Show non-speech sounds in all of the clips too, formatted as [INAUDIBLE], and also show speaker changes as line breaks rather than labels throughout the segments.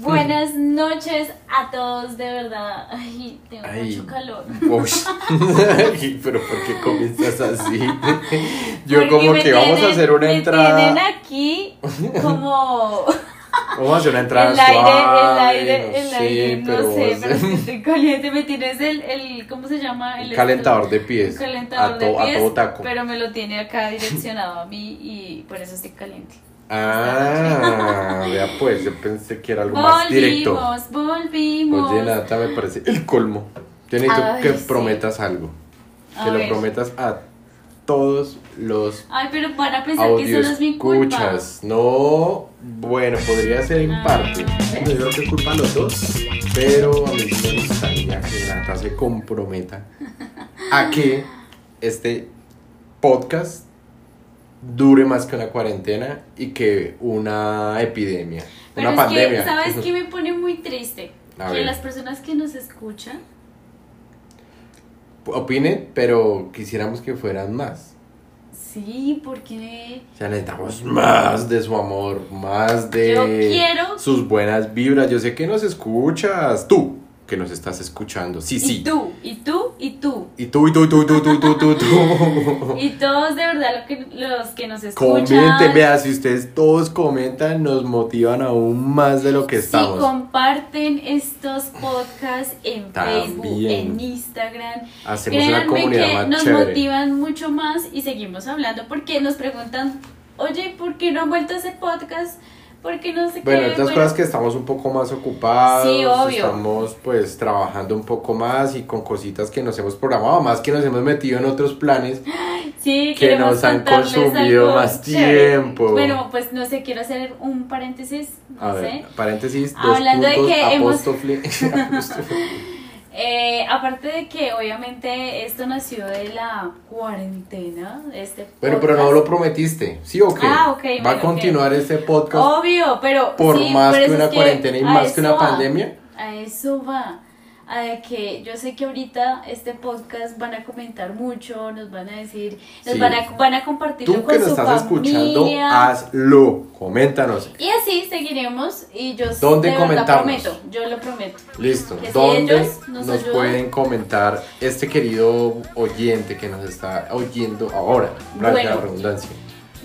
Buenas noches a todos, de verdad. Ay, tengo
Ay.
mucho calor.
Uy, [LAUGHS] pero ¿por qué comienzas así? [LAUGHS] Yo
Porque
como
me
que vamos a
tienen-
hacer
me
una
Tienen
entrada,
aquí
[LAUGHS]
como
vamos a hacer una entrada
el aire, el
suave,
aire, el
sí,
aire, no
pero
sé,
vos-
pero es que estoy caliente. Me tienes el, el ¿cómo se llama?
[LAUGHS] un
[LAUGHS] El
calentador de
un
pies,
calentador
a,
de
to- a
pies,
todo taco.
pero me lo tiene acá direccionado a mí y por eso estoy caliente.
Ah, vea pues, yo pensé que era algo más directo.
Volvimos, volvimos.
Oye, Nata, me parece el colmo. Yo necesito
Ay,
que
sí.
prometas algo,
A
que lo
ver.
prometas a todos los
Ay, pero van a pensar que
audio
solo es mi culpa.
escuchas. No, bueno, podría ser en parte.
Ah.
Yo creo que es culpa de los dos. Pero a mí sí me gustaría que Nata se comprometa a que este podcast dure más que una cuarentena y que una epidemia,
Pero
una
es
pandemia.
que, ¿sabes qué me pone muy triste?
A
que
ver.
las personas que nos escuchan,
Opinen, pero quisiéramos que fueran más.
sí, porque
O sea, necesitamos más de su amor, más de
Yo quiero-
sus buenas vibras. Yo sé que nos escuchas, tú que nos estás escuchando. Sí, sí.
y tú, y tú, y tú.
Y tú, y tú, y tú, y tú, tú, tú, tú,
[LAUGHS]
tú.
Y todos de verdad lo que- los que nos escuchan.
Comenten, vea, si ustedes todos comentan, nos motivan aún más de lo que
Si
estamos.
comparten estos podcasts en
También.
Facebook, en Instagram,
Hacemos una
créanme
comunidad
que
más
nos
chévere.
motivan mucho más y seguimos hablando porque nos preguntan, oye, ¿por qué no han vuelto a hacer podcast? ¿Por qué no se
Bueno, otras cosas que estamos un poco más ocupados,
Sí, obvio.
estamos pues trabajando un poco más y con cositas que nos hemos programado, más que nos hemos metido en otros planes
Sí,
que
queremos
nos han
contarles
consumido
algo
más
chévere.
tiempo.
Bueno, pues no sé, quiero hacer un paréntesis,
A
no
ver,
sé.
paréntesis, dos
Hablando de
puntos,
que hemos-
apóstrofe,
[LAUGHS]
[LAUGHS] apóstrofe.
Eh, aparte de que obviamente esto nació de la cuarentena, este
Bueno, pero no
podcast.
lo prometiste, ¿sí o qué?
Ah, ok, Oh,
¿Va
bueno,
a continuar este podcast
Obvio, pero
por
sí,
más
por
que
eso
una
es
cuarentena y
a
más que una
eso va,
pandemia?
A eso va. A de que yo sé que ahorita este podcast van a comentar mucho, nos van a decir, nos
Sí.
van a van a compartirlo
Tú
con
que nos
su
estás
familia.
escuchando, hazlo, coméntanos.
Y así seguiremos y yo
¿Dónde
de verdad
comentarnos?
prometo, yo lo prometo.
Listo,
Que si
¿dónde
ellos nos
nos,
ayudan?
pueden comentar este querido oyente que nos está oyendo ahora? Valga la
Bueno.
redundancia.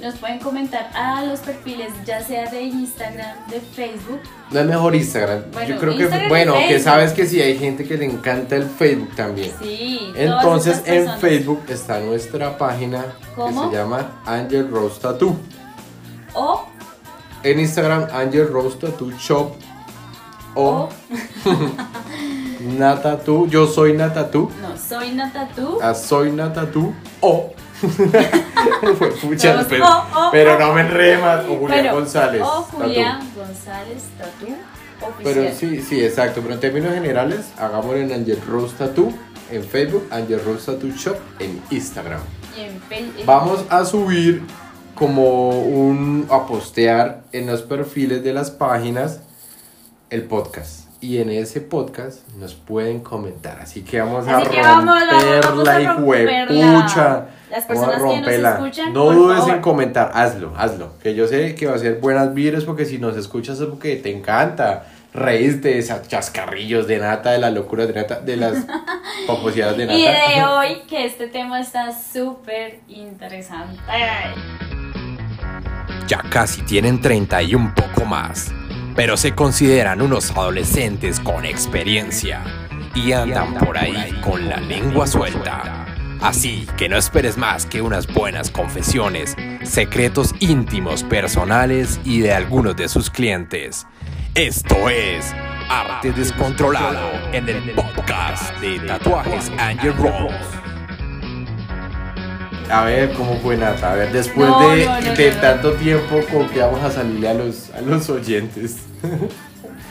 Nos pueden comentar a los perfiles, ya sea de Instagram, de Facebook.
No es mejor Instagram.
Bueno,
Yo creo que,
Instagram y
bueno, que
Facebook.
sabes que sí hay gente que le encanta el Facebook también.
Sí. todas
Entonces
estas
en
personas.
Facebook está nuestra página
¿Cómo?
que se llama Angel Rose Tattoo.
O,
En Instagram Angel Rose Tattoo Shop
o,
o Natatú. Yo soy Natatú.
no, soy Natatú.
Ah, soy Natatú o [LAUGHS] Fue pucha,
Todos, oh,
pero,
o, o,
pero
o.
no me remas o Julián
Bueno,
González.
O
Tatú.
oh, Julián González Tatú. Oficial.
Pero sí, sí, exacto. Pero en términos generales, hagámoslo en Angel Rose Tattoo en Facebook, Angel Rose Tattoo Shop en Instagram.
Y en Fel-
Vamos a subir como un a postear en los perfiles de las páginas el podcast. Y en ese podcast nos pueden comentar. Así que vamos a
Así que vamos, vamos, vamos a
romperla y
romperla.
huepucha.
Las personas
Vamos a
que nos
romperla.
escuchan,
No
por
dudes
favor.
en comentar, hazlo, hazlo. Que yo sé que va a ser buenas vibras porque si nos escuchas es porque te encanta. Reíste de esas chascarrillos de nata, de las locuras de nata,
[LAUGHS]
de las paposidades de nata.
Y
[LAUGHS]
de hoy que este tema está súper interesante.
ya casi tienen 30 y un poco más, pero se consideran unos adolescentes con experiencia y andan por ahí con la lengua suelta. Así que no esperes más que unas buenas confesiones, secretos íntimos personales y de algunos de sus clientes. Esto es Arte Descontrolado en el podcast de Tatuajes Angel Rose.
A ver cómo fue Nata, a ver, después
No,
de,
no, no,
de
no, no.
tanto tiempo con que vamos a salirle a los, a los oyentes.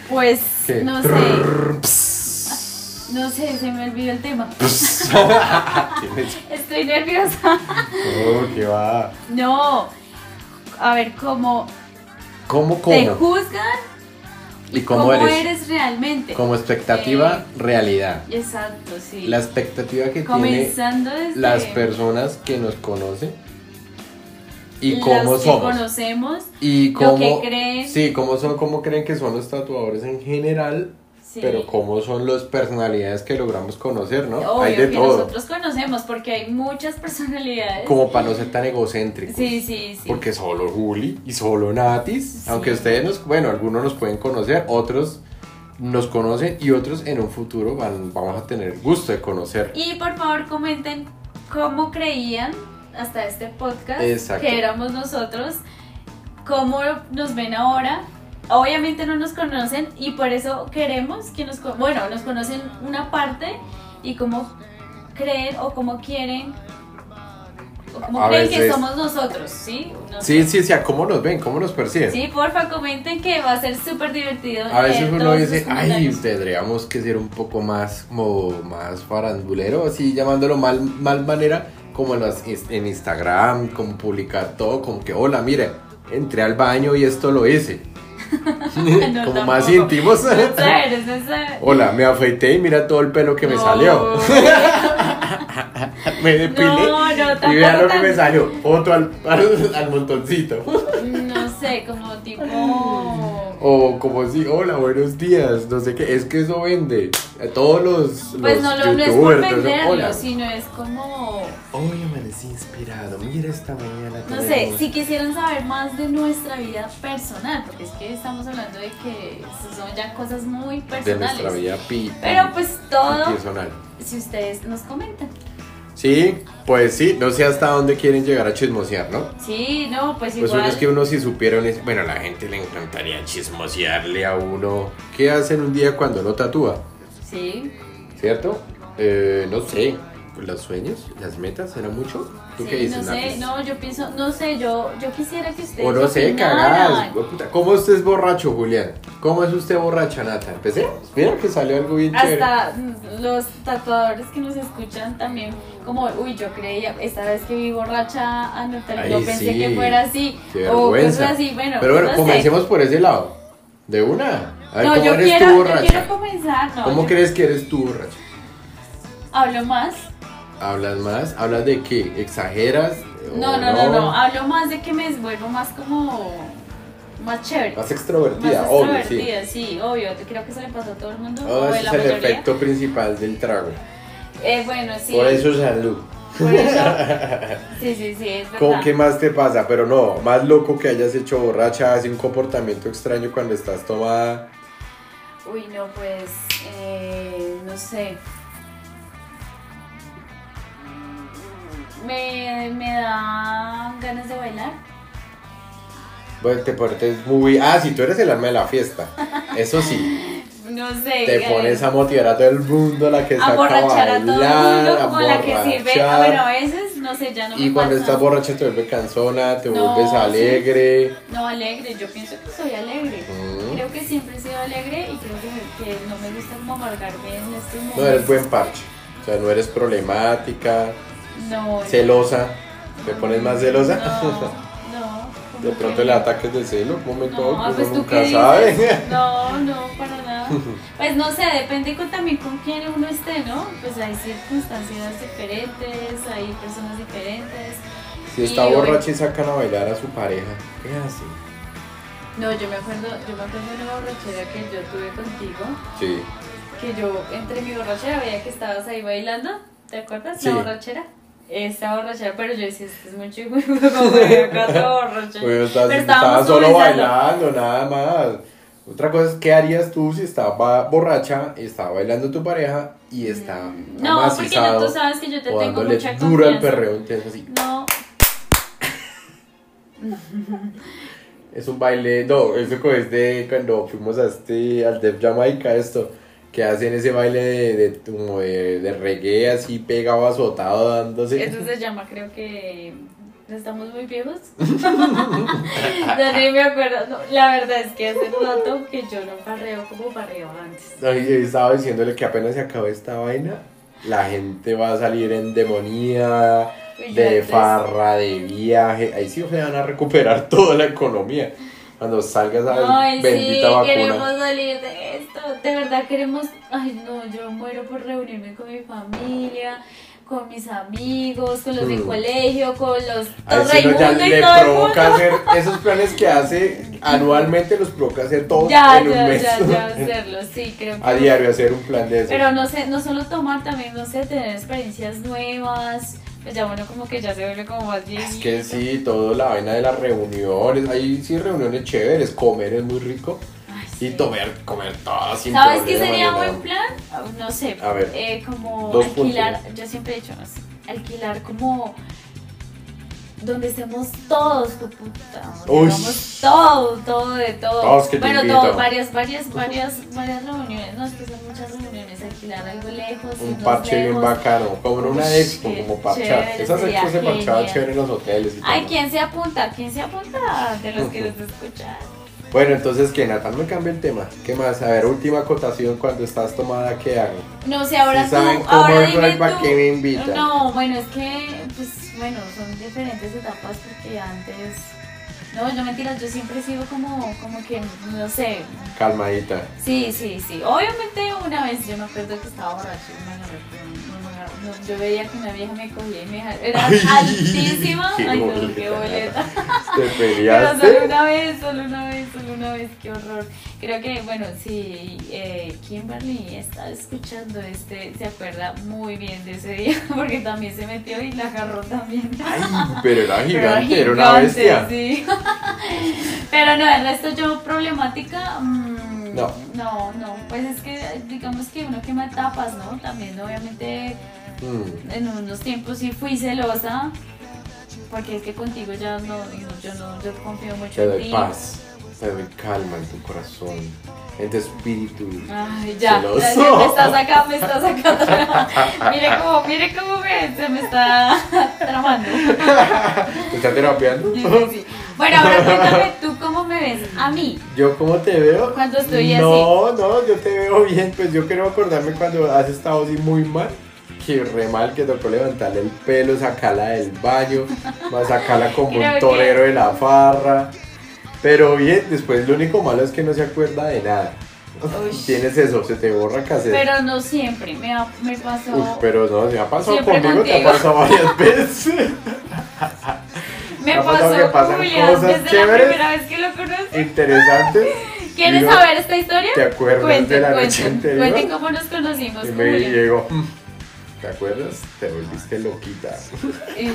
Pues
¿Qué?
no sé, Ah,
Trrr, ps,
no sé, se me olvidó el tema.
ps. [LAUGHS] Tienes-
Estoy nerviosa.
Oh, qué va.
No. A ver, ¿cómo,
¿Cómo,
te
cómo?
juzgan?
¿Y cómo, eres?
realmente?
Como expectativa, realidad.
Exacto, sí.
La expectativa que tienen
Comenzando desde
las personas que nos conocen y cómo
las
somos.
que conocemos.
Y
Lo que
cómo,
creen.
sí, cómo son, cómo creen que son los tatuadores en general,
Sí.
pero cómo son las personalidades que logramos conocer, ¿no?
Obvio
Hay de
que
todo.
nosotros conocemos porque hay muchas personalidades.
Como para no ser tan egocéntricos.
Sí, sí, sí.
Porque solo Juli y solo Natis, aunque ustedes nos, bueno, algunos nos pueden conocer, otros nos conocen y otros en un futuro van, vamos a tener gusto de conocer.
Y por favor comenten cómo creían hasta este podcast
Exacto.
que éramos nosotros, cómo nos ven ahora. Obviamente no nos conocen y por eso queremos que nos, con- bueno, nos conocen una parte y cómo creen o cómo quieren o cómo
A
creen que
veces.
somos nosotros, ¿sí? No
Sí,
sé.
sí, sí, a cómo nos ven, cómo nos perciben.
Sí, porfa, comenten que va a ser súper divertido.
A veces
leer
uno
todos sus
dice, ay,
comentarios".
tendríamos que ser un poco más como más farandulero, así llamándolo mal, mal manera, como en, las ins- en Instagram, como publicar todo, como que, hola, mire, entré al baño y esto lo hice.
[LAUGHS] No,
como más
tampoco.
íntimos.
No sabes, no sabes.
[LAUGHS] hola, me afeité y mira todo el pelo que me
No. [LAUGHS]
salió. me depilé
No, no,
y vea
tampoco
lo que me
tan-
salió. Otro al, al, [LAUGHS] al montoncito.
No sé, como tipo.
O como si, hola, buenos días, no sé qué, es que eso vende. A todos los,
Pues
Mm. los
no, lo, no es por
youtubers, todo eso,
venderlo,
hola.
sino es como.
Hoy amanecí inspirado, mira esta mañana.
No sé,
tenemos-
si quisieran saber más de nuestra vida personal, porque es que estamos hablando de que son ya cosas muy
De
personales.
nuestra vida pi.
Pero pues todo,
Personal.
si ustedes nos comentan.
Sí, pues sí, no sé hasta dónde quieren llegar a chismosear, ¿no?
Sí, no, pues
Pues
igual.
uno es que uno si supiera, uno dice, bueno, a la gente le encantaría chismosearle a uno. ¿Qué hacen un día cuando no tatúa?
Sí.
¿Cierto? Eh, no sé. ¿Los sueños? ¿Las metas? ¿Era mucho? ¿Tú
sí,
qué dices,
no sé,
Nafis?
no, yo pienso, no sé, yo, yo quisiera que ustedes.
O no sé,
opinaran.
cagadas. hueputa. ¿Cómo usted es borracho, Julián? ¿Cómo es usted borracha, Nata? Empecemos. Mira que salió algo bien chévere.
Hasta mm, los tatuadores que nos escuchan también, como, uy, yo creía, esta vez que vi borracha a Natalia,
Ay,
yo pensé
sí.
que fuera así,
Qué
o
vergüenza.
cosas así, bueno,
Pero bueno,
no sé.
comencemos por ese lado. De una. A ver,
No,
¿cómo
yo
eres
quiero,
tú
yo
borracha?
quiero comenzar, no,
¿Cómo
yo
crees que eres tú borracha?
hablo más,
¿Hablas más? ¿Hablas de qué? ¿Exageras? ¿O
no, no, no, no, ah, hablo más de que me vuelvo más como, más chévere,
Más
más
extrovertida, obvio, sí.
extrovertida, sí, obvio, creo que se le pasó a todo el mundo,
Oh,
o de
ese
la
es el
mayoría,
efecto principal del trago.
Eh, bueno, sí,
Por eso salud.
por
[LAUGHS]
eso- sí, sí, sí, es verdad.
¿Con qué más te pasa? Pero no, más loco que hayas hecho borracha, hace un comportamiento extraño cuando estás tomada.
Uy, no, pues, eh, no sé. Me, me da ganas de bailar.
Bueno, te pones muy. Ah, si tú eres el alma de la fiesta. Eso sí,
No sé.
te
eh,
pones a motivar a todo el mundo, la que
a
saca
borrachar a
bailar,
todo el mundo,
a
como la que sirve. Ah,
borrachar.
Bueno, a veces, no sé, ya no me
y cuando
pasa.
estás borracha te vuelves cansona, te
No,
vuelves
sí.
alegre.
No, alegre, yo pienso que soy alegre.
Mm.
Creo que siempre he sido alegre y creo que, que no me gusta como amargarme en estos momentos.
No eres buen parche. O sea, no eres problemática,
No.
celosa. ¿Te pones más celosa?
No, no.
[LAUGHS] De pronto le ataques de celo, un momento a
No,
otro,
pues
uno
tú qué
nunca
dices.
sabe.
[LAUGHS]
[LAUGHS]
No, no, para nada. Pues no sé, depende con, también con quién uno esté, ¿no? Pues hay circunstancias diferentes, hay personas diferentes.
Si está
Y hoy-
borracha y sacan a bailar a su pareja, ¿qué hace?
No, yo me acuerdo, yo me acuerdo de una borrachera que yo tuve contigo,
Sí.
que yo entre mi borrachera veía que estabas ahí bailando, ¿te acuerdas?
Sí.
La borrachera. Esa borrachera, pero yo decía, este es mucho güey, [LAUGHS] como veo
[LAUGHS]
cuatro borrachera.
Pues, estás,
Pero
estaba
estábamos
solo
comenzando.
bailando, nada más. Otra cosa es, ¿qué harías tú si estaba borracha, estaba bailando tu pareja y está
Mm. No, porque no,
amacizado
tú sabes que yo te
o
tengo
dándole
mucha
duro al
confianza.
perreo entonces así?
No,
Es un baile, no, eso co- es de cuando fuimos a este, al Def Jamaica, esto, que hacen ese baile de, de, como de, de reggae así pegado, azotado, dándose.
Eso se llama, creo que. ¿Estamos muy
[LAUGHS]
viejos? ya ni me acuerdo. No, la verdad es que hace rato que yo no parreo como parreo antes.
Ay, yo estaba diciéndole que apenas se acabó esta vaina, la gente va a salir en demonía,
Uy, yo
de
antes-
farra, de viaje. Ahí sí se van a recuperar [LAUGHS] toda la economía. Cuando salga esa
Ay, sí,
bendita vacuna.
queremos salir de esto. De verdad queremos. Ay, no, yo muero por reunirme con mi familia, con mis amigos, con los del
Mm.
colegio, con los
A
todo
ese uno ya
Raimundo y
le
todo el mundo. [LAUGHS]
provoca hacer esos planes que hace anualmente, los provoca hacer todos
Ya,
en un
ya,
mes.
ya,
[LAUGHS]
ya hacerlo, sí, creo
A
que-
diario hacer un plan de eso.
Pero no sé, no solo tomar, también, no sé, tener experiencias nuevas. Pues ya uno como que ya se vuelve como más bien.
Es que sí, toda la vaina de las reuniones, hay sí reuniones chéveres, comer es muy rico y comer, comer todo sin
¿Sabes qué
problema,
sería
ni
buen
nada.
plan? Ah, No sé.
A ver.
eh, como
Dos
alquilar,
puntos.
yo siempre he dicho así, alquilar como donde estemos todos, tu puta, donde
Uy.
hagamos todo, todo de todo.
Todos que te
bueno,
invitan.
todo, varias, varias, varias, varias reuniones, no es que son muchas reuniones, alquilar algo lejos,
Un
irnos
parche bien
lejos.
bacano, como en una
Uy,
expo,
qué
como parchar.
chévere,
Esas
sería
expos se parchaban
genial.
chévere en los hoteles y
Ay,
todo.
¿quién se apunta? ¿Quién se apunta? De los que nos escuchan.
Bueno, entonces que Natal me cambie el tema. ¿Qué más? A ver, última acotación cuando estás tomada, ¿qué hago?
No sé, ahora
Si
tú,
saben cómo
ahora
es,
dime
¿para
tú.
qué me invitan?
No, bueno, es que, pues, bueno, son diferentes etapas porque antes, no, no mentiras, yo siempre sigo como, como que, no sé, [LAUGHS]
Calmadita.
sí, sí, sí. Obviamente una vez yo me acuerdo que estaba borracho, me agarré con- no, me agarré- no, yo veía que una vieja me cogía y me dejaba, era
Ay,
altísima,
qué
ay, no,
boleta.
qué boleta.
¿Te
Pero solo
peleaste?
una vez, solo una vez, solo una vez, qué horror. Creo que, bueno, si eh, Kimberly está escuchando este, se acuerda muy bien de ese día, [LAUGHS] porque también se metió y la agarró también.
Ay, pero era
Pero
gigante, era una
gigante,
bestia.
sí. [LAUGHS] Pero no, el resto yo problemática. mm,
No.
No, no, pues es que digamos que uno quema etapas, ¿no? También obviamente
Mm.
en unos tiempos sí fui celosa, porque es que contigo ya no, no, yo no, yo confío mucho
Te
en
doy
ti.
paz, te doy calma en tu corazón, en tu espíritu.
Ay, ya,
Celoso.
ya, ya, me está sacando, me está sacando. [LAUGHS] mire cómo, mire cómo me, se me está [LAUGHS] tramando.
¿Te está
[LAUGHS]
terapeando?
Sí, sí, sí. Bueno, ahora cuéntame tú cómo me ves a mí.
¿Yo cómo te veo?
Cuando estoy
no, no, yo te veo bien. Pues yo quiero acordarme cuando has estado así muy mal. Que re mal, que tocó levantarle el pelo, sacarla del baño, [LAUGHS] más sacarla como
Creo
un
que-
torero de la farra. Pero bien, después lo único malo es que no se acuerda de nada.
Uy.
Tienes eso, se te borra casete.
Pero no siempre, me, ha- me pasó.
Uy, pero no, se ha pasado
Siempre
conmigo, te
contigo.
ha pasado varias [LAUGHS] veces.
me
ha pasado
pasó
que pasan
Julián,
cosas
desde
chéveres.
la primera vez que lo conocí.
Interesantes.
¿Quieres
Y no-
saber esta historia?
¿Te acuerdas
Cuenten,
de la
cuenten,
noche anterior?
cuenten cómo nos conocimos.
Y
con
me
Julián.
llegó. ¿Te acuerdas? Te volviste loquita.
Y, Eh,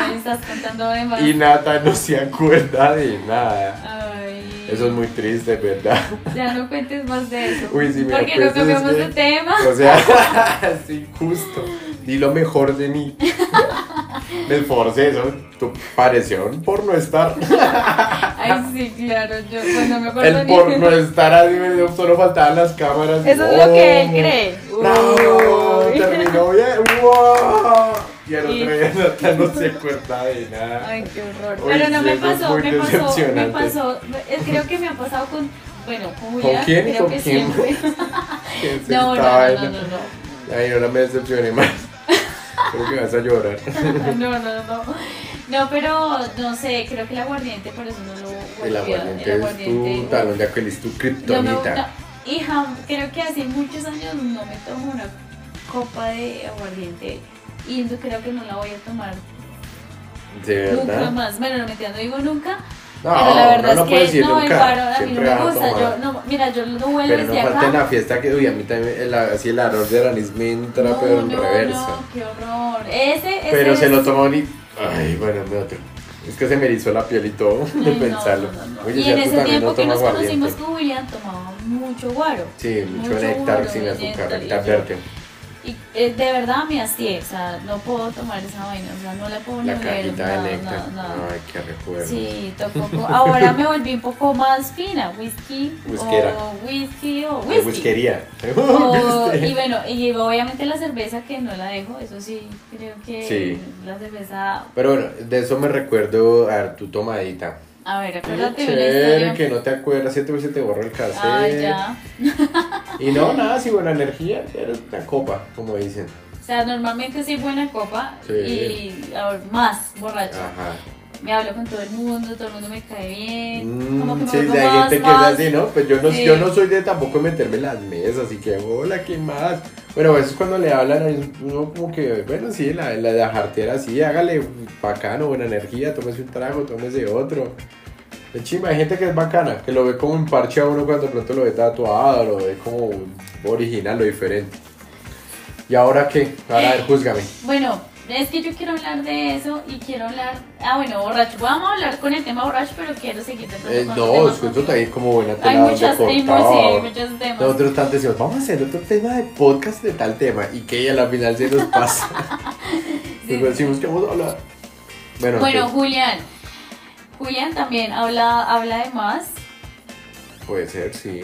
ay, estás contando de más.
Y Nata no se acuerda de nada.
Ay.
Eso es muy triste, ¿verdad?
[LAUGHS] Ya no cuentes más de eso.
Uy, sí, mira,
Porque
pues,
no cambiamos
es
de
que-
tema.
O sea, [LAUGHS] sí, justo. Di lo mejor
[LAUGHS]
de mí. Me esforcé, eso tu pareción por no estar.
Ay, sí, claro. Yo pues, no me acuerdo
El
ni.
por no estar así, me dio- solo faltaban las cámaras.
Eso es lo que él
¡Oh!
cree.
¡Bravo!
Uy.
Terminó bien. ¡Wow! Y al
Y-
otro día [LAUGHS] Nata no se acuerda de nada.
[LAUGHS] Ay, qué horror.
Uy,
Pero no
sí,
me
eso es
pasó,
muy
me pasó, me
decepcionante.
pasó. Eh, Creo que me ha pasado con. Bueno, con Julia.
¿Con quién y
Creo
con
que
quién? [LAUGHS]
siempre.
¿Qué es
No, no,
esta
no,
vaina?
no, [LAUGHS] no, no.
Ay, ahora me
[LAUGHS]
decepcioné más. Creo que vas a llorar.
No, no, no. No, pero no sé, creo que el aguardiente, por eso no lo volví
El
a-
aguardiente es tu talón de Aquiles, tu
No me no,
kriptonita.
hija, creo que hace muchos años no me tomo una copa de aguardiente y no- creo que no la voy a tomar
De
nunca
verdad.
más. Bueno, no mentira, no digo nunca,
No,
pero la verdad
no, no
es que
puedes ir
no, el
nunca.
varón a mí no
Siempre
me
vas a
gusta. Yo,
tomar.
no, mira, yo lo vuelvo
Pero no
desde
falta
acá.
en la fiesta que, uy, a mí también, el, así el arroz de aranís me entra,
no,
pero en
no,
reversa.
no, qué horror. Ese, ese
pero se
es-
lo tomó y. Ay, bueno, me otro. Es que se me erizó la piel y todo
Ay,
[LAUGHS] de
no,
pensarlo.
no, no, no.
Oye,
y en
ya tú
ese
también no
tiempo que
tomas
nos conocimos
aguardiente.
con William tomaba mucho guaro.
Sí, mucho
mucho
néctar
guaro,
sin azúcar,
néctar y
néctar
yo-
verde.
Y eh, de verdad me hastié, o sea, no puedo tomar esa vaina, o sea, no la puedo
La
leer,
cajita de
nada,
néctar.
nada, nada.
Ay, qué recuerdo.
Sí, tampoco. Ahora me volví un poco más fina,
[LAUGHS]
whisky
Whiskera.
o whisky o
De
whisky.
[LAUGHS] whiskería. [LAUGHS]
O- pues,
¿Viste?
Oh, y bueno, y obviamente la cerveza que no la dejo, eso sí, creo que
Sí.
la cerveza.
Pero bueno, de eso me recuerdo a ver, tu tomadita.
A ver, acuérdate de una
Chévere,
historia.
que no te acuerdas, siete veces te borra el cassette.
Ah, ya.
Y no, nada, si buena energía, eres una copa, como dicen.
O sea, normalmente soy buena copa
Sí. Ah.
y a ver, más borracha.
Ajá.
Me hablo con todo el mundo, todo el mundo me cae bien. como que
Mm,
me
sí,
vuelvo
hay
más,
gente que es
más.
así, ¿no? Pues yo no,
Sí.
yo no soy de tampoco meterme en las mesas, así que hola, ¿qué más? Bueno, eso es cuando le hablan, es uno como que, bueno, sí, la, la, la jartera, sí, hágale bacano, buena energía, tómese un trago, tómese otro. Es chimba, hay gente que es bacana, que lo ve como un parche a uno cuando de pronto lo ve tatuado, lo ve como original, lo diferente. ¿Y ahora qué? Ahora,
Eh,
a ver, júzgame.
Bueno, es que yo quiero hablar de eso y quiero hablar. Ah, bueno, borracho. Vamos a hablar con el tema borracho, pero quiero seguir de pronto
Eh,
con
no,
los temas
escucho ahí como buena tela
Hay muchas
donde
temas, sí, hay
cortaba.
muchos temas.
Nosotros tanto decimos, vamos a hacer otro tema de podcast de tal tema. Y que a la final se nos pasa.
[LAUGHS] Sí,
Luego decimos que vamos a hablar. Bueno,
Bueno,
pues,
Julián. Julián también habla, habla de más.
puede ser, sí.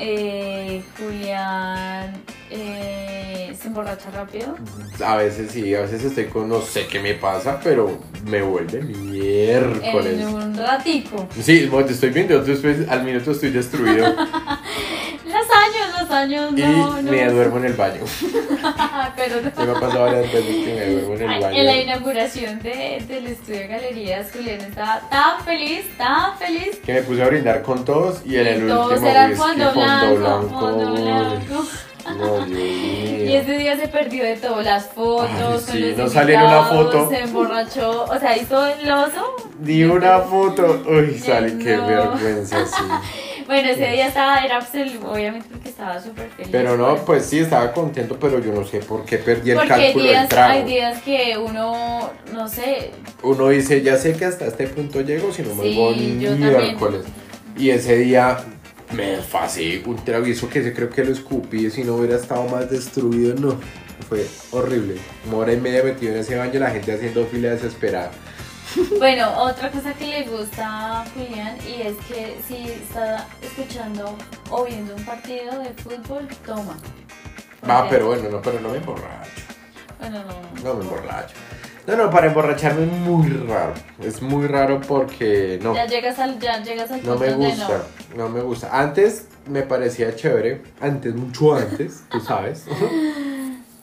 Eh, Julián eh, se emborracha rápido.
A veces sí, a veces estoy con no sé qué me pasa, pero me vuelve miércoles.
En un ratico.
Sí, bueno, te estoy viendo, después al minuto
[LAUGHS]
estoy destruido
Los años, los años,
y
no, no. Ah,
me
[LAUGHS]
duermo en el baño.
Pero no.
Ya me ha pasado varias veces que me duermo en el
Ay,
baño.
en la inauguración de- del estudio de galerías, Julián estaba tan feliz, tan feliz.
Que me puse a brindar con todos y en el
todos
último
eran
whisky,
fondo blanco, fondo
uy.
blanco.
No, Dios mío.
[LAUGHS] Y ese día se perdió de todo, las fotos,
Ay, sí,
con los
no salió en una
invitados,
foto.
Se emborrachó, o sea, hizo el oso.
Di una foto. Uy, Sally, qué
No.
vergüenza,
[LAUGHS]
sí.
Bueno, ese día estaba, era absoluto, obviamente porque estaba súper feliz.
Pero no, pues sí, estaba contento, pero yo no sé por qué perdí el
porque hay
cálculo del
días, hay
trago.
días que uno, no sé,
Uno dice, ya sé que hasta este punto llego, si no me
Sí,
voy
yo también.
miércoles. Y ese día me desfasé un trago y eso que se creo que lo escupí, si no hubiera estado más destruido, no. Fue horrible. Una hora y media metido en ese baño, la gente haciendo fila desesperada.
Bueno, otra cosa que le gusta a Julián y es que si está escuchando o viendo un partido de fútbol, toma.
Va,
Porque-
pero bueno, no, pero no me emborracho.
Bueno, no.
No me emborracho. No, no, para emborracharme es muy raro. Es muy raro porque no.
Ya llegas al, ya llegas al
No
punto
me
donde
gusta, no me gusta. Antes me parecía chévere, antes, mucho antes,
[LAUGHS]
tú sabes.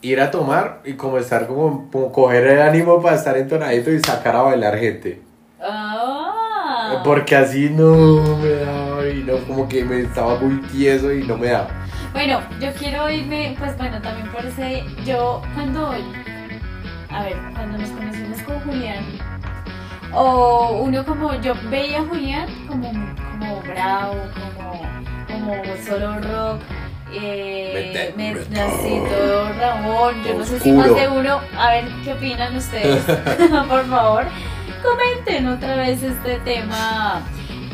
Ir a tomar y como estar como, como coger el ánimo para estar entonadito y sacar a bailar gente.
Ah.
Porque así no me daba y no, como que me estaba muy tieso y no me daba.
Bueno, yo quiero irme, pues bueno, también por ese, yo cuando, a ver, cuando nos conocimos con Julián, o uno como, yo veía a Julián como, como bravo, como, como solo rock, eh,
Metal,
me-
metal.
así todo rabón, yo no sé si más
Oscuro.
de uno, a ver qué opinan
[LAUGHS]
ustedes, [LAUGHS] por favor, comenten otra vez este tema.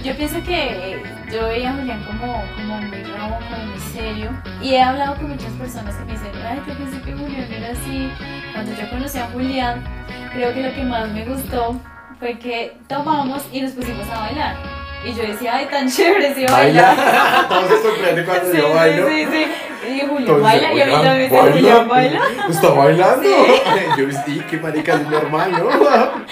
Yo pienso que eh, yo veía a Julián como, como muy raro, como muy serio. Y he hablado con muchas personas que me dicen, ay, yo pensé que Julián era así. Cuando yo conocí a Julián, creo que lo que más me gustó fue que tomamos y nos pusimos a bailar. Y yo decía, ay, tan chévere, sí, bailar.
Baila. Todo se sorprende [LAUGHS] cuando
Sí,
yo bailo.
sí, sí, sí. Y dije, Julián
Entonces,
baila, y a mí
oigan,
también me dice, Julián baila.
Está bailando. [LAUGHS] Yo sí, qué marica, es normal,
[LAUGHS]
¿no?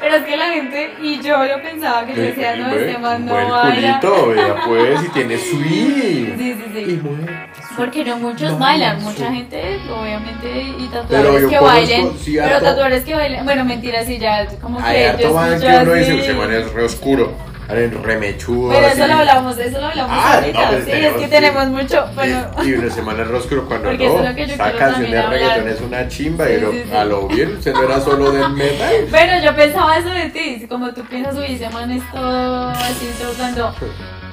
Pero es que la gente, y yo lo pensaba, que yo decía, no,
Eh, Ve,
este man no
mueve el
baila.
culito, vea, pues, y tiene swing.
Sí, sí, sí.
Y mueve.
Porque no muchos
No,
bailan,
sí.
mucha gente, obviamente, y
Pero
tatuadores
yo
que
conozco,
bailen.
sí,
pero
harto-
tatuadores que bailen, bueno, mentira, sí, ya, como
Hay
que
harto
yo
man que
escucho
uno dice,
así.
ese man es re oscuro, el remechudo.
Pero
así.
eso lo hablamos, eso lo hablamos
Ah,
ahorita,
no, pues
sí, es
tenemos
que
que-
tenemos mucho, bueno,
Y uno se man es re oscuro cuando
Porque eso es lo que yo
no. Esa
quiero
canción
también
de reggaetón
hablar.
es una chimba.
Sí,
y lo-
sí, sí.
a lo bien, usted no era solo del
[LAUGHS]
metal.
Bueno, yo pensaba eso de ti, como tú piensas, uy, ese man es todo así, todo cuando...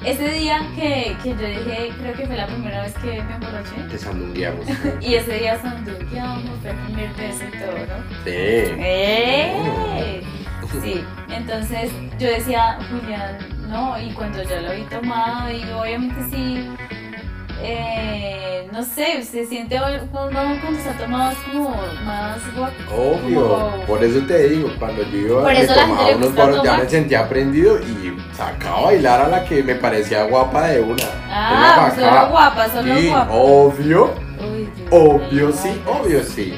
Ese día que, que yo dije, creo que fue la primera vez que me emborraché, [LAUGHS]
Que sandungueamos.
y ese día sanduqueamos, fue el primer beso y todo, ¿no?
Sí.
¡Eh! Sí, entonces yo decía, Julián, no, y cuando ya lo había tomado, y obviamente sí, eh, no sé, se siente uno cuando se ha tomado es como más guapo.
Obvio, por eso te digo, cuando yo iba
Por
me
eso la gente
tomaba
le
unos
gusta
baros, ya
tomar.
me sentía prendido y sacaba a bailar a la que me parecía guapa de una. Era
Ah,
bacana.
solo guapa, solo
Sí,
guapa.
obvio.
Uy, Dios
obvio
mío,
sí,
ay,
obvio sí.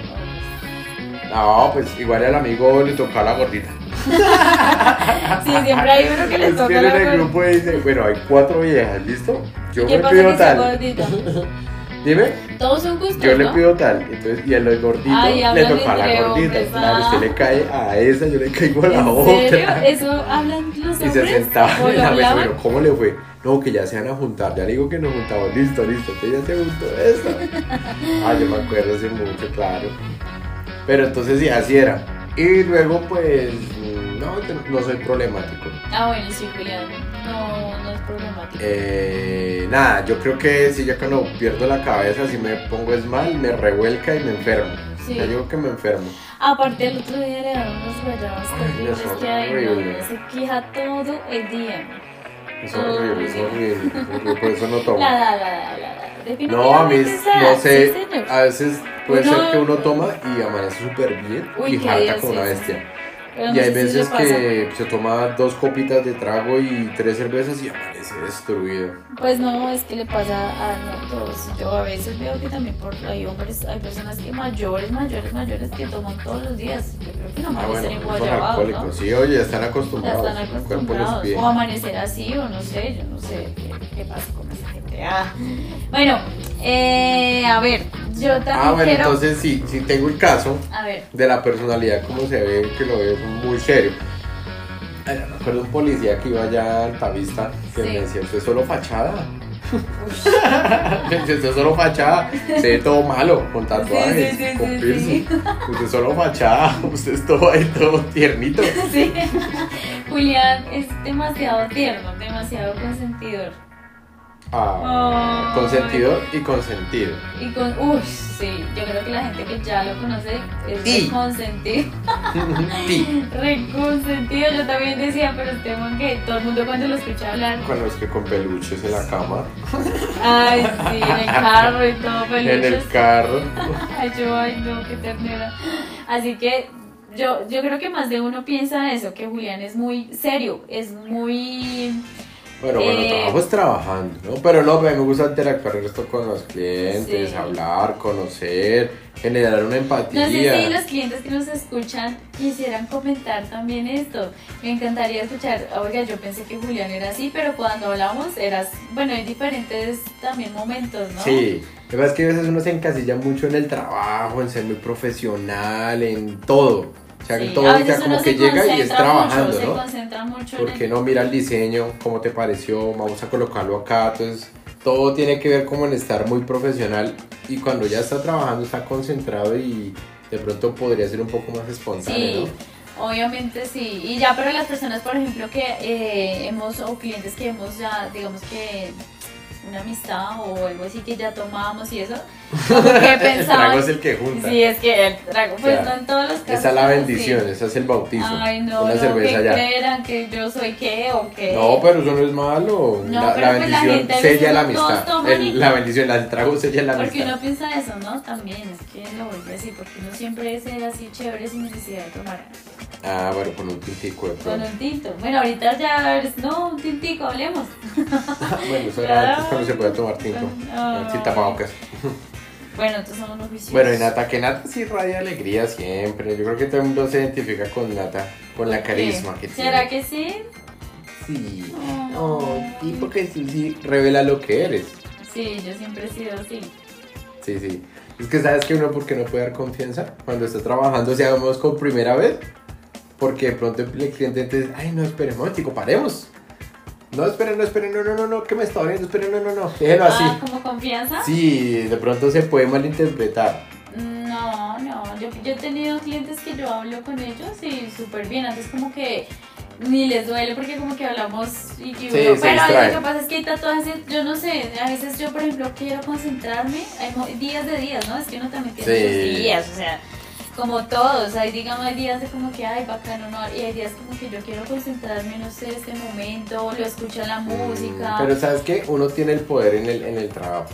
No, pues igual al amigo le tocaba la gordita.
Sí, siempre hay uno que le
Es que
toca
en
la
el
gor-
grupo dice, bueno, hay cuatro viejas, ¿listo? Yo
¿Qué
me
pasa
pido
que sea
tal.
gordito?
Dime,
Todos son gustos,
yo le
¿no?
pido tal. Entonces, y a los gorditos
Ay,
le
hablan
tocaba la
entre
gordita.
hombres,
Claro,
ah.
usted le cae a esa, yo le caigo a la
¿En
otra. [LAUGHS]
serio? ¿Eso hablan los
Y se
hombres?
sentaba
¿O lo
en la mesa,
hablaban?
pero ¿cómo le fue? No, que ya se van a juntar, ya le digo que nos juntamos, listo, listo, que ya se juntó esto. Ah, yo me acuerdo hace mucho, claro. Pero entonces sí, así era. Y luego pues, no, te- no soy problemático.
Ah, bueno, sí, Julián. No, no es problemático.
Eh, nada, yo creo que si ya cuando pierdo la cabeza, si me pongo es mal, me revuelca y me enfermo.
Sí.
Ya digo que me enfermo.
Aparte, el otro día le daban unos rayados
Ay,
terribles
eso es
que hay, no,
horrible.
se quija todo el día.
Es horrible, es
Ay.
horrible, es horrible, Por eso no tomo.
La da, la da, la da. Definitivamente
Oh. No, a mí,
es la
no
da,
sé, Ah,
sí, señor.
a veces puede ser
Uno-
que uno toma y amanece súper bien
Uy,
y
qué
harta
Dios,
como una
sí, sí,
bestia.
Pero
Y
no sé
hay
si le
veces
pasa.
que se toma dos copitas de trago y tres cervezas y amanece destruido.
Pues no, es que le pasa a no todos. Yo a veces veo que también por hay hombres, hay personas que mayores, mayores, mayores que toman todos los días. Yo creo que no
Ah,
amanecen
bueno,
en
son
guayabados,
alcohólicos.
¿no?
Sí, oye, ya están
Ya
acostumbrados.
están
El cuerpo les
acostumbrados.
pide.
O amanecer así, o no sé, yo no sé qué, qué pasa con esa gente. Ah. Bueno, eh, a ver, yo también
Ah, bueno,
quiero.
entonces sí, sí tengo el caso.
A ver,
de la personalidad como se ve que lo veo muy serio. Ay, Me acuerdo un policía que iba allá al Tavista que
Sí.
me decía, usted es solo fachada.
ush.
[LAUGHS] Me decía, usted es solo fachada. Se ve todo malo, con tatuajes,
Sí, sí, sí,
con
sí, [LAUGHS]
piercing. Usted es solo fachada, [LAUGHS] usted es todo ahí todo tiernito.
Sí. Julián es demasiado tierno, demasiado consentidor.
Ah,
Ay.
consentidor y consentido. [LAUGHS]
Y con. Uy, sí. Yo creo que la gente que ya lo conoce es
Sí.
reconsentido. [LAUGHS]
Sí,
Reconsentido. Yo también decía, pero este man que todo el mundo cuando lo escucha
[LAUGHS]
hablar.
con los que con peluches en la cama,
Ay, sí, en el carro y todo,
en
peluches.
el carro.
Ay, yo, ay, no, qué ternura. Así que yo, yo creo que más de uno piensa eso, que Julián es muy serio, es muy.
Pero bueno,
Eh,
trabajo es trabajando, ¿no? Pero no, me gusta interactuar esto con los clientes,
Sí.
hablar, conocer, generar una
No sé si
empatía.
los clientes que nos escuchan quisieran comentar también esto. Me encantaría escuchar. Oiga, yo pensé que Julián era así, pero cuando hablamos eras, bueno, en diferentes también momentos, ¿no?
Sí, lo que pasa es que a veces uno se encasilla mucho en el trabajo, en ser muy profesional, en todo. O sea,
Sí,
en todo,
a
o sea,
veces
como
uno
que
se
llega y es
concentra mucho,
trabajando,
se
¿no?
concentra mucho en el-
Porque no mira el diseño, cómo te pareció, vamos a colocarlo acá, entonces todo tiene que ver como en estar muy profesional y cuando ya está trabajando está concentrado y de pronto podría ser un poco más espontáneo,
Sí,
¿no?
obviamente sí. Y ya para las personas, por ejemplo, que eh, hemos, o clientes que hemos ya, digamos que una amistad o algo así que ya tomábamos y eso, como que
[LAUGHS] El trago
pensaban...
es el que junta.
Sí, es que el trago, pues
Ya.
no en todos los casos.
Esa es
pero
la
sí.
bendición, esa es el bautizo.
Ay, no,
una
no,
cerveza
que
ya.
creerán que yo soy qué o qué.
No, pero eso no es malo.
Eh, No,
la,
pero
la
pues la
bendición
gente a veces
sella la
no todos
amistad.
toman
El-
y-
la bendición, la- el trago sella la
Porque
amistad.
uno piensa eso, ¿no? También, es que lo vuelve así, porque uno siempre es así chévere sin necesidad de tomar
Ah, bueno, con un tintico de
con
pronto.
un tinto. Bueno, ahorita ya, es- no, un tintico, hablemos.
[LAUGHS] Bueno, eso
Claro. Ah.
era antes cuando se podía tomar tinto.
Ay.
Sin tapabocas.
Bueno, entonces somos unos viciosos.
Bueno, y Nata, que Nata sí radia alegría siempre. Yo creo que todo el mundo se identifica con Nata, con la
¿Qué?
carisma que tiene.
¿Será Ah. que sí?
Sí.
Ay.
Oh, y porque tú sí revela lo que eres.
Sí, yo siempre he sido así.
Sí, sí. Es que sabes que uno porque no puede dar confianza cuando está trabajando, si hagamos con primera vez, porque de pronto el cliente te dice, ay, no, esperen un momentico, paremos. No, esperen, no, esperen, no, no, no, no, que me está abriendo, esperen, no, no, no, [LAUGHS] déjelo así.
Ah, ¿como confianza?
Sí, de pronto se puede malinterpretar.
No, no. Yo, yo he tenido clientes que yo hablo con ellos y súper bien. Antes como que ni les duele porque como que hablamos y que
Sí,
uno-
se
pero a
distraen.
veces lo que pasa es que hay tatuajes, yo no sé, a veces yo por ejemplo quiero concentrarme, hay mo- días de días, ¿no? Es que uno también tiene
Sí.
sus días, o sea, como todos, hay digamos hay días de como que ay bacano no, y hay días como que yo quiero concentrarme, no sé, este momento, lo escucho en la música.
Mm, Pero sabes que uno tiene el poder en el, en el trabajo.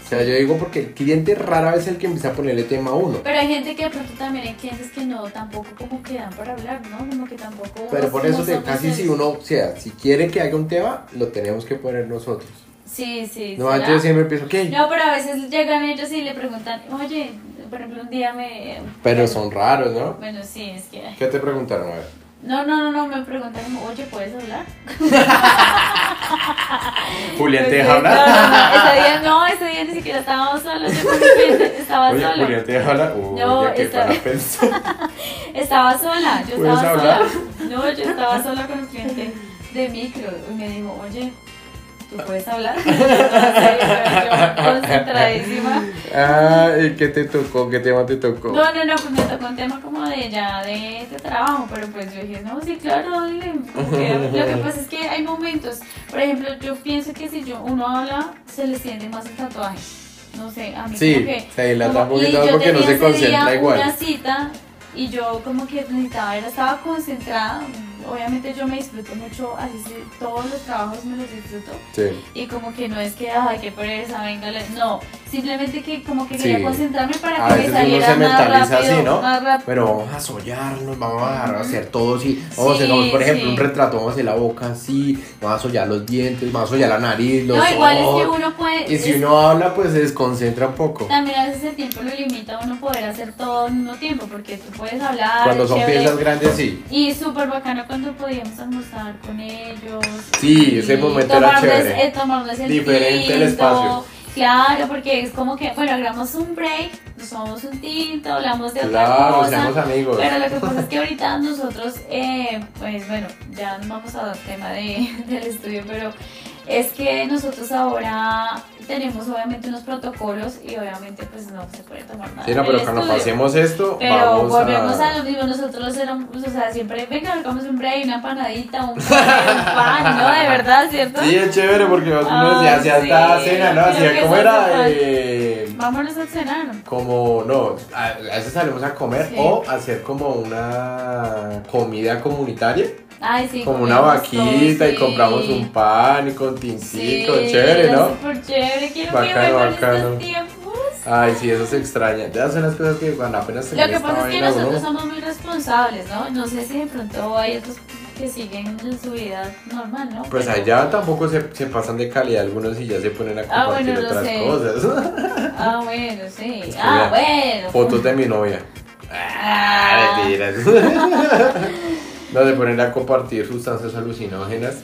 O sea, yo digo porque el cliente rara vez es el que empieza a ponerle tema a uno.
Pero hay gente que de pronto también hay clientes que no, tampoco como que dan para hablar, ¿no? Como que tampoco.
Pero por eso, te-
nosotros
casi
es-
si uno, o sea, si quiere que haga un tema, lo tenemos que poner nosotros.
Sí, sí.
No,
¿será?
yo siempre empiezo, ¿qué?
No, pero a veces llegan ellos y le preguntan, oye, por ejemplo, un día me.
Pero son raros, ¿no?
Bueno, sí, es que.
¿Qué te preguntaron? A ver.
No, no, no, no, me preguntan, como, oye, ¿puedes hablar?
[LAUGHS] Julián, ¿te
Pues,
deja
No,
hablar?
no, no, ese día no, ese día ni siquiera estábamos solos, yo con mi cliente estaba
Oye,
solo.
Julián, ¿te deja hablar? Uy,
No,
ya que
está
para
bien.
pensar.
Estaba sola, yo [LAUGHS]
¿Puedes
estaba
hablar?
sola. No, yo estaba sola con un cliente de micro y me dijo, oye, tú puedes hablar. [LAUGHS] Entonces, yo [LAUGHS] concentradísima.
Ah, ¿y qué te tocó? ¿Qué tema te tocó?
No, no, no, pues me tocó un tema como de ya de, de trabajo, pero pues yo dije, no, sí, claro, dile. como que- Lo que pasa es que hay momentos, por ejemplo, yo pienso que si yo, uno habla, se le siente más el tatuaje. No sé, a mí como
Sí,
que...
se dilata un
como- y
poquito
yo
porque no
tenía
se
ese
concentra
día Una
igual.
cita y yo como que necesitaba, era, estaba concentrada. Obviamente yo me disfruto mucho, así sí, todos los trabajos me los disfruto.
Sí.
Y como que no es que, ay, qué pereza, venga, le- no. Simplemente que como que quería
Sí.
concentrarme para
A
que me
veces uno
saliera
se
más
mentaliza
rápido.
así, ¿no?
Más rápido.
Pero vamos a soñarnos, vamos a dejar de hacer todo así. Vamos a hacer,
Mm, Sí,
como, por ejemplo,
sí.
un retrato, vamos a hacer la boca así, vamos a sollar los dientes, vamos a sollar la nariz, los
No, igual es
ojos.
que uno puede.
Y si
es-
uno habla, pues se desconcentra un poco.
También a veces el tiempo lo limita a uno poder hacer todo al mismo tiempo, porque tú puedes hablar.
Cuando
es
son
chévere.
piezas grandes, sí.
Y súper bacano cuando podíamos almorzar con ellos.
Sí, ese
y
momento era
tomarles-
chévere.
eh, tomarles el
Diferente el
tinto.
espacio.
Claro, porque es como que, bueno, hagamos un break, nos tomamos un tinto, hablamos de otra
Claro,
cosa.
seamos amigos.
Pero lo que pasa es que ahorita nosotros, eh, pues bueno, ya no vamos a dar tema de, [LAUGHS] del estudio, pero es que nosotros ahora tenemos obviamente unos protocolos y obviamente pues no se puede tomar nada.
Sí, no,
en
pero
el
cuando
estudio.
pasemos esto,
Pero
vamos
volvemos a...
a...
lo mismo, nosotros éramos, pues, o sea, siempre, venga, hagamos un break, una panadita,
[LAUGHS]
un, pan, un pan, ¿no? De verdad, ¿cierto?
Sí, es chévere porque uno
Ah,
decía, hacía
sí.
esta cena, ¿no?
Creo
Hacía,
que
¿cómo
eso hace
era?
falta.
Eh,
Vámonos a cenar.
como no, a a veces salimos a comer
Sí.
o hacer como una comida comunitaria,
Ay, sí.
como una
comemos todo,
vaquita y
sí.
compramos un pan y con
Sí,
tincico, chévere, ¿no?
Súper chévere, quiero
Bacano,
que vuelvan
bacano.
estos tiempos.
Ay, sí, eso se extraña. Te hacen las cosas que cuando apenas
Lo
termina
que
esta
pasa es que
vaina,
nosotros
uno-
somos muy responsables, ¿no? No sé si de pronto hay otros que siguen en su vida normal, ¿no?
Pues
Pero-
allá tampoco se, se pasan de calidad algunos y ya se ponen a
Ah,
compartir
bueno, lo
otras
sé.
cosas. [LAUGHS]
Ah, bueno, sí.
que
ah,
vea,
bueno.
Fotos de mi novia.
Ah.
Pues, Ah, mentiras. [LAUGHS] no, se ponen a compartir sustancias alucinógenas.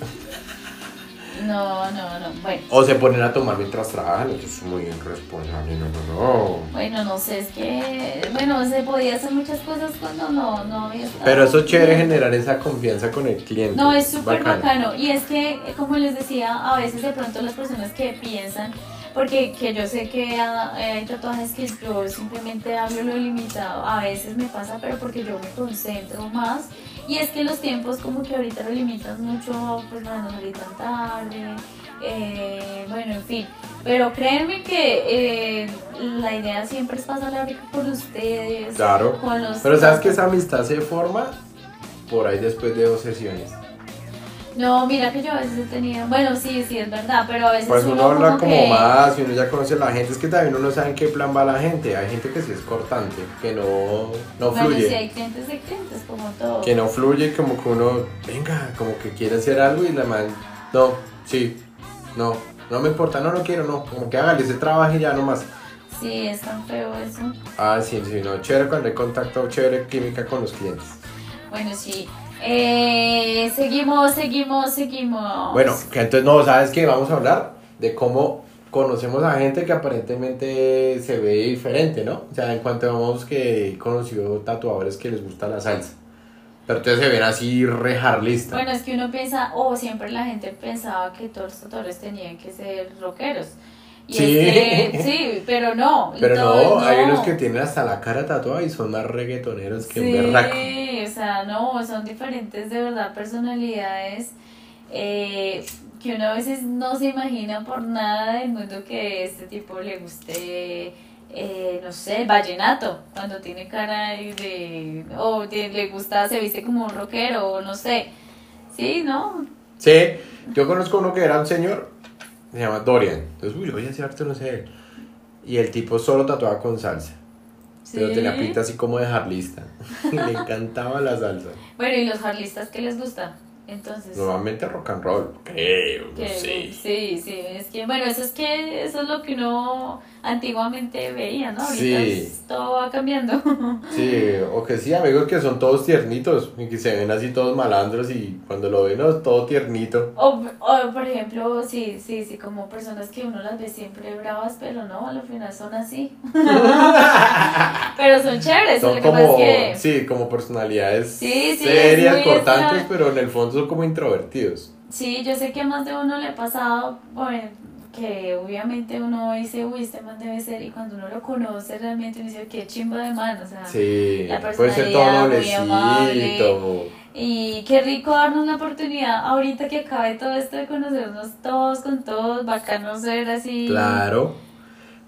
No, no, no. Bueno.
O se ponen a tomar mientras trabajan, eso es muy irresponsable, no, no, no.
Bueno, no sé, es que, bueno, se podía hacer muchas cosas cuando no, no había estado.
Pero eso es chévere generar esa confianza con el cliente.
No, es súper
Bacano.
bacano. Y es que, como les decía, a veces de pronto las personas que piensan, porque que yo sé que ah, eh, hay tatuajes que yo simplemente hablo lo limitado, a veces me pasa, pero porque yo me concentro más. Y es que los tiempos como que ahorita lo limitas mucho, pues no nos tan tarde, eh, bueno, en fin. Pero créanme que eh, la idea siempre es pasarla ahorita por ustedes.
Claro.
Con los
Pero sabes que esa amistad se forma por ahí después de dos sesiones.
No, mira que yo a veces he tenido, bueno, sí, sí, es verdad, pero a veces
Pues uno habla como
que-
más y uno ya conoce a la gente. Es que también uno sabe en qué plan va la gente. Hay gente que sí es cortante, que no, no
Bueno,
fluye.
sí, hay clientes y clientes, como todo.
que no fluye, como que uno, venga, como que quiere hacer algo y la man, no, sí, no, no me importa, no, no quiero, no, como que hágale ese trabajo y ya nomás.
Sí, es tan feo eso.
Ah, sí, sí, no, chévere cuando hay contacto, chévere química con los clientes.
Bueno, sí. Eh, seguimos, seguimos, seguimos.
Bueno, que entonces, no, ¿sabes qué? Vamos a hablar de cómo conocemos a gente que aparentemente se ve diferente, ¿no? O sea, en cuanto vamos que he conocido tatuadores que les gusta la salsa, pero entonces se ven así re harlista.
Bueno, es que uno piensa, o siempre la gente pensaba que todos los tatuadores tenían que ser rockeros. Y
Sí.
es que- sí, pero no.
[LAUGHS] Pero
todos
no, hay unos que tienen hasta la cara tatuada y son más reggaetoneros que un berraco.
Sí, o sea, no, son diferentes de verdad personalidades eh, que uno a veces no se imagina por nada del mundo que este tipo le guste, eh, no sé, el vallenato, cuando tiene cara de, o tiene- le gusta, se viste como un rockero, o no sé. Sí, ¿no?
Sí, yo conozco uno que era un señor, se llama Dorian. Entonces, uy, oye, ese arte no sé. Y el tipo solo tatuaba con salsa.
Sí.
Pero tenía pinta así como de jarlista. Y [LAUGHS] le encantaba la salsa.
Bueno, ¿y los harlistas qué les gusta? Entonces...
Normalmente rock and roll, creo, no
que-
sé.
sí, sí, es que, bueno, eso es que eso es lo que uno antiguamente veía, ¿no? Ahorita
Sí.
es- todo va cambiando. [LAUGHS]
Sí, o que sí, amigos que son todos tiernitos y que se ven así todos malandros y cuando lo ven, no, es todo tiernito.
O, o, por ejemplo, sí, sí, sí, como personas que uno las ve siempre bravas, pero no, al final son así. [LAUGHS] pero son chéveres,
Son
lo que pasa
como,
es que...
sí, como personalidades
Sí, sí, es
serias,
muy
cortantes,
esa-
pero en el fondo son como introvertidos.
Sí, Sí, yo sé que a más de uno le ha pasado, bueno, que obviamente uno dice, uy, este man debe ser, y cuando uno lo conoce realmente uno dice, qué chimba de man, o sea,
Sí,
Ah, La
puede ser todo
personalidad muy amable.
noblecito.
y qué rico darnos la oportunidad ahorita que acabe todo esto de conocernos todos con todos, bacano ser así.
Claro.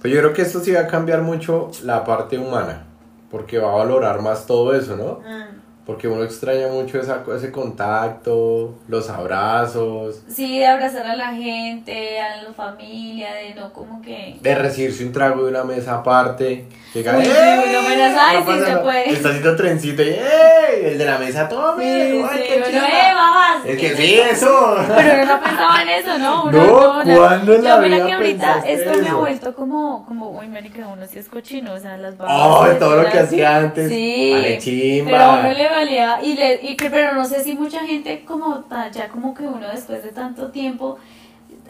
Pues yo creo que esto sí va a cambiar mucho la parte humana, porque va a valorar más todo eso, ¿no?
Mm.
Porque uno extraña mucho esa, ese contacto, los abrazos,
Sí, de abrazar a la gente, a la familia, de no como que...
de recibirse un trago de una mesa aparte. Llega,
Uy, sí,
¡Ey!
uno apenas, ¡ay,
No
sí,
pasa
se
nada.
puede!
Está haciendo trencito y ¡ey! El de la mesa, tome.
Sí,
¡Ay,
sí,
qué
uno,
chimba!
"Eh, babas".
Es que sí, eso.
Pero uno no pensaba en eso, ¿no? Uno,
No,
la-
¿cuándo en la
Yo mira
vida
que ahorita
pensaste
esto me ha
eso?
vuelto como, como, uy, marica, uno sí es cochino, o sea, las babas.
Oh,
las
todo lo que
cosas.
hacía antes.
Sí.
Vale, chimba.
Pero a uno le valía, y le, y que- pero no sé si mucha gente como ta- ya como que uno después de tanto tiempo,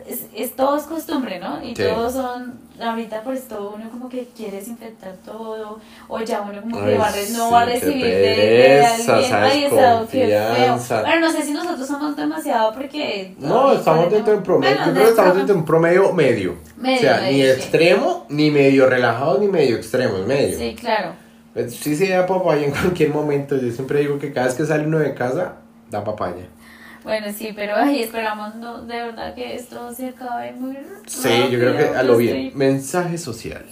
es, es- todo es costumbre, ¿no? Y
Sí.
todos son, ahorita pues todo uno como que quiere desinfectar todo, o ya uno como
Ay,
que va a re- no
sí,
va a
qué
recibir de, de
pereza,
alguien,
esa
ay, esa, qué feo.
desconfianza.
Bueno, no sé si nosotros somos demasiado porque...
No, estamos dentro de un promedio.
Bueno,
Yo creo que estamos
dentro-
dentro de un promedio medio.
Medio,
o sea, ni
medio, sí.
extremo, ni medio relajado, ni medio extremo, es medio.
Sí, claro.
Pues Sí se da papaya en [LAUGHS] cualquier momento. Yo siempre digo que cada vez que sale uno de casa, da papaya.
Bueno, sí, pero ay, esperamos no, de verdad que esto se acabe muy
Sí,
Ah,
yo creo que
rápido,
a lo
yo
bien.
estoy-
Mensaje social.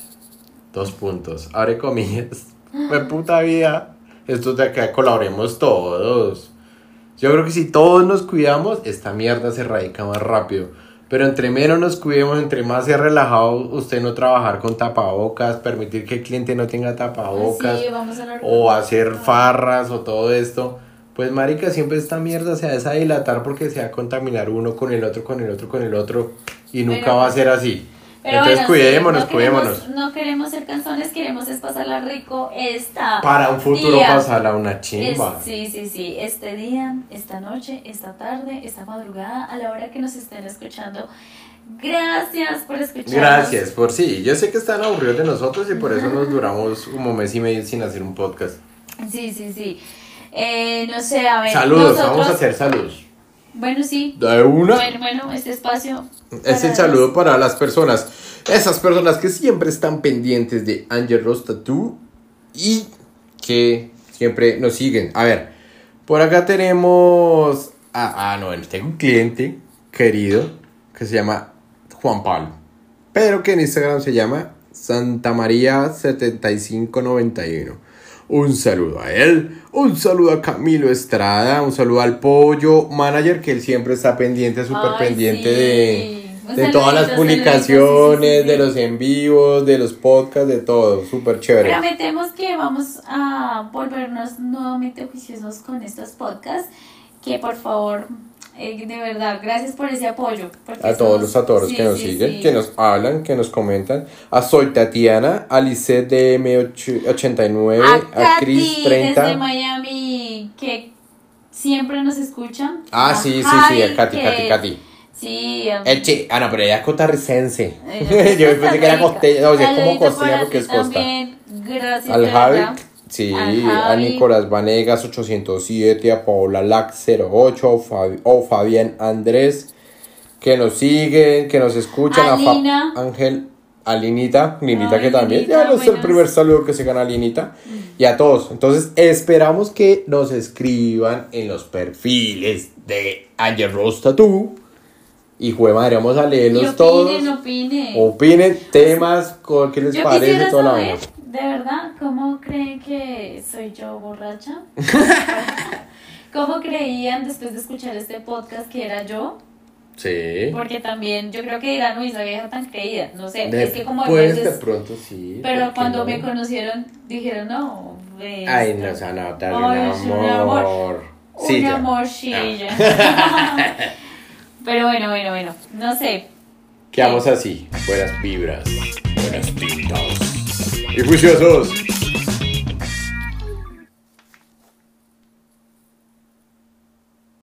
Dos puntos. Abre comillas. [LAUGHS] Me puta vida. Esto de acá colaboremos todos. Yo creo que si todos nos cuidamos, esta mierda se erradica más rápido. Pero entre menos nos cuidemos, entre más sea relajado usted no trabajar con tapabocas, permitir que el cliente no tenga tapabocas,
Sí, vamos a la
o
organización.
hacer farras o todo esto. Pues marica, siempre esta mierda se va a dilatar porque se va a contaminar uno con el otro, con el otro, con el otro y nunca
Pero-
va a ser así.
Pero bueno,
Entonces
sí,
cuidémonos,
no queremos-
cuidémonos.
no queremos ser canzones, queremos es pasarla rico esta.
Para un futuro
día.
pasará una
ah, Es-
chimba.
sí, sí, sí. Este día, esta noche, esta tarde, esta madrugada, a la hora que nos estén escuchando. Gracias por escucharnos.
Gracias por sí. Yo sé que están aburridos de nosotros y por eso nos duramos como mes y medio sin hacer un podcast.
Sí, sí, sí. Eh, no sé, a ver.
Saludos, vamos a
nosotros-
hacer saludos.
Bueno, sí.
De una.
Bueno, bueno, este espacio.
Es el
para-
saludo para las personas. Esas personas que siempre están pendientes de Angel Ross Tattoo y que siempre nos siguen. A ver, por acá tenemos. Ah, ah, no, bueno, tengo un cliente querido que se llama Juan Pablo, pero que en Instagram se llama Santa María 7591. Un saludo a él, un saludo a Camilo Estrada, un saludo al Pollo Manager que él siempre está pendiente, súper
Ay,
pendiente
sí.
de,
Un
de
saludito,
todas las
saludito, sí, sí,
publicaciones,
sí,
de
sí.
los en vivos, de los podcasts, de todo, súper chévere.
Prometemos que vamos a volvernos nuevamente juiciosos con estos podcasts. Que por favor, eh, de verdad, gracias por ese apoyo. porque
A todos
somos-
los atoros
sí,
que nos
sí,
siguen,
sí.
que nos hablan, que nos comentan. A Soy Tatiana, a Lisette de
A,
M89, a,
Katy,
Cris
desde
30.
Miami, que siempre nos escucha.
Ah,
A
sí, sí, sí,
Javi,
a Katy,
que-
Katy, Katy.
Sí, a-
Eche, ah, no, pero ella es costarricense.
ella es
[LAUGHS] Yo pensé que era
Costa
costeña, o sea, es como
Saludito
costeña
para
porque
ti
es costa.
también, Gracias,
Al
de verdad.
Javi, sí,
Al
a
Javi.
Nicolás Vanegas 807, a Paola Lac 08, Fabi- o Fabián Andrés, que nos siguen, que nos escuchan, a Fa-
Alina.
Ángel, a Linita, Linita
Ay,
que también,
Linita,
ya no es el
buenas. Mm.
primer saludo que se gana Linita, y a todos. Entonces, esperamos que nos escriban en los perfiles de Angel Rose Tattoo, y jue madre, vamos a
Y
leerlos
opinen,
todos. Oh,
opinen.
Opinen temas, con- qué les
Yo
parece
quisiera
toda la
saber,
vaina.
de verdad, ¿cómo creen que soy yo
[LAUGHS]
borracha? ¿Cómo creían después de escuchar este podcast que era yo?
Sí.
Porque también yo creo que dirán, uy, esa vieja tan creída. No sé,
De-
Eh, es que como a
pues
veces-
de pronto sí. ¿por
Pero
qué
cuando
no?
me conocieron, dijeron, no, ves,
Ay, no, o sea, no, dale
Ay, es
un
un
amor.
un
Sí, ya. Ah.
amor sí, ella.
[LAUGHS]
Pero bueno, bueno, bueno, no sé.
Quedamos así. Buenas vibras. Buenas pintas. Y juiciosos.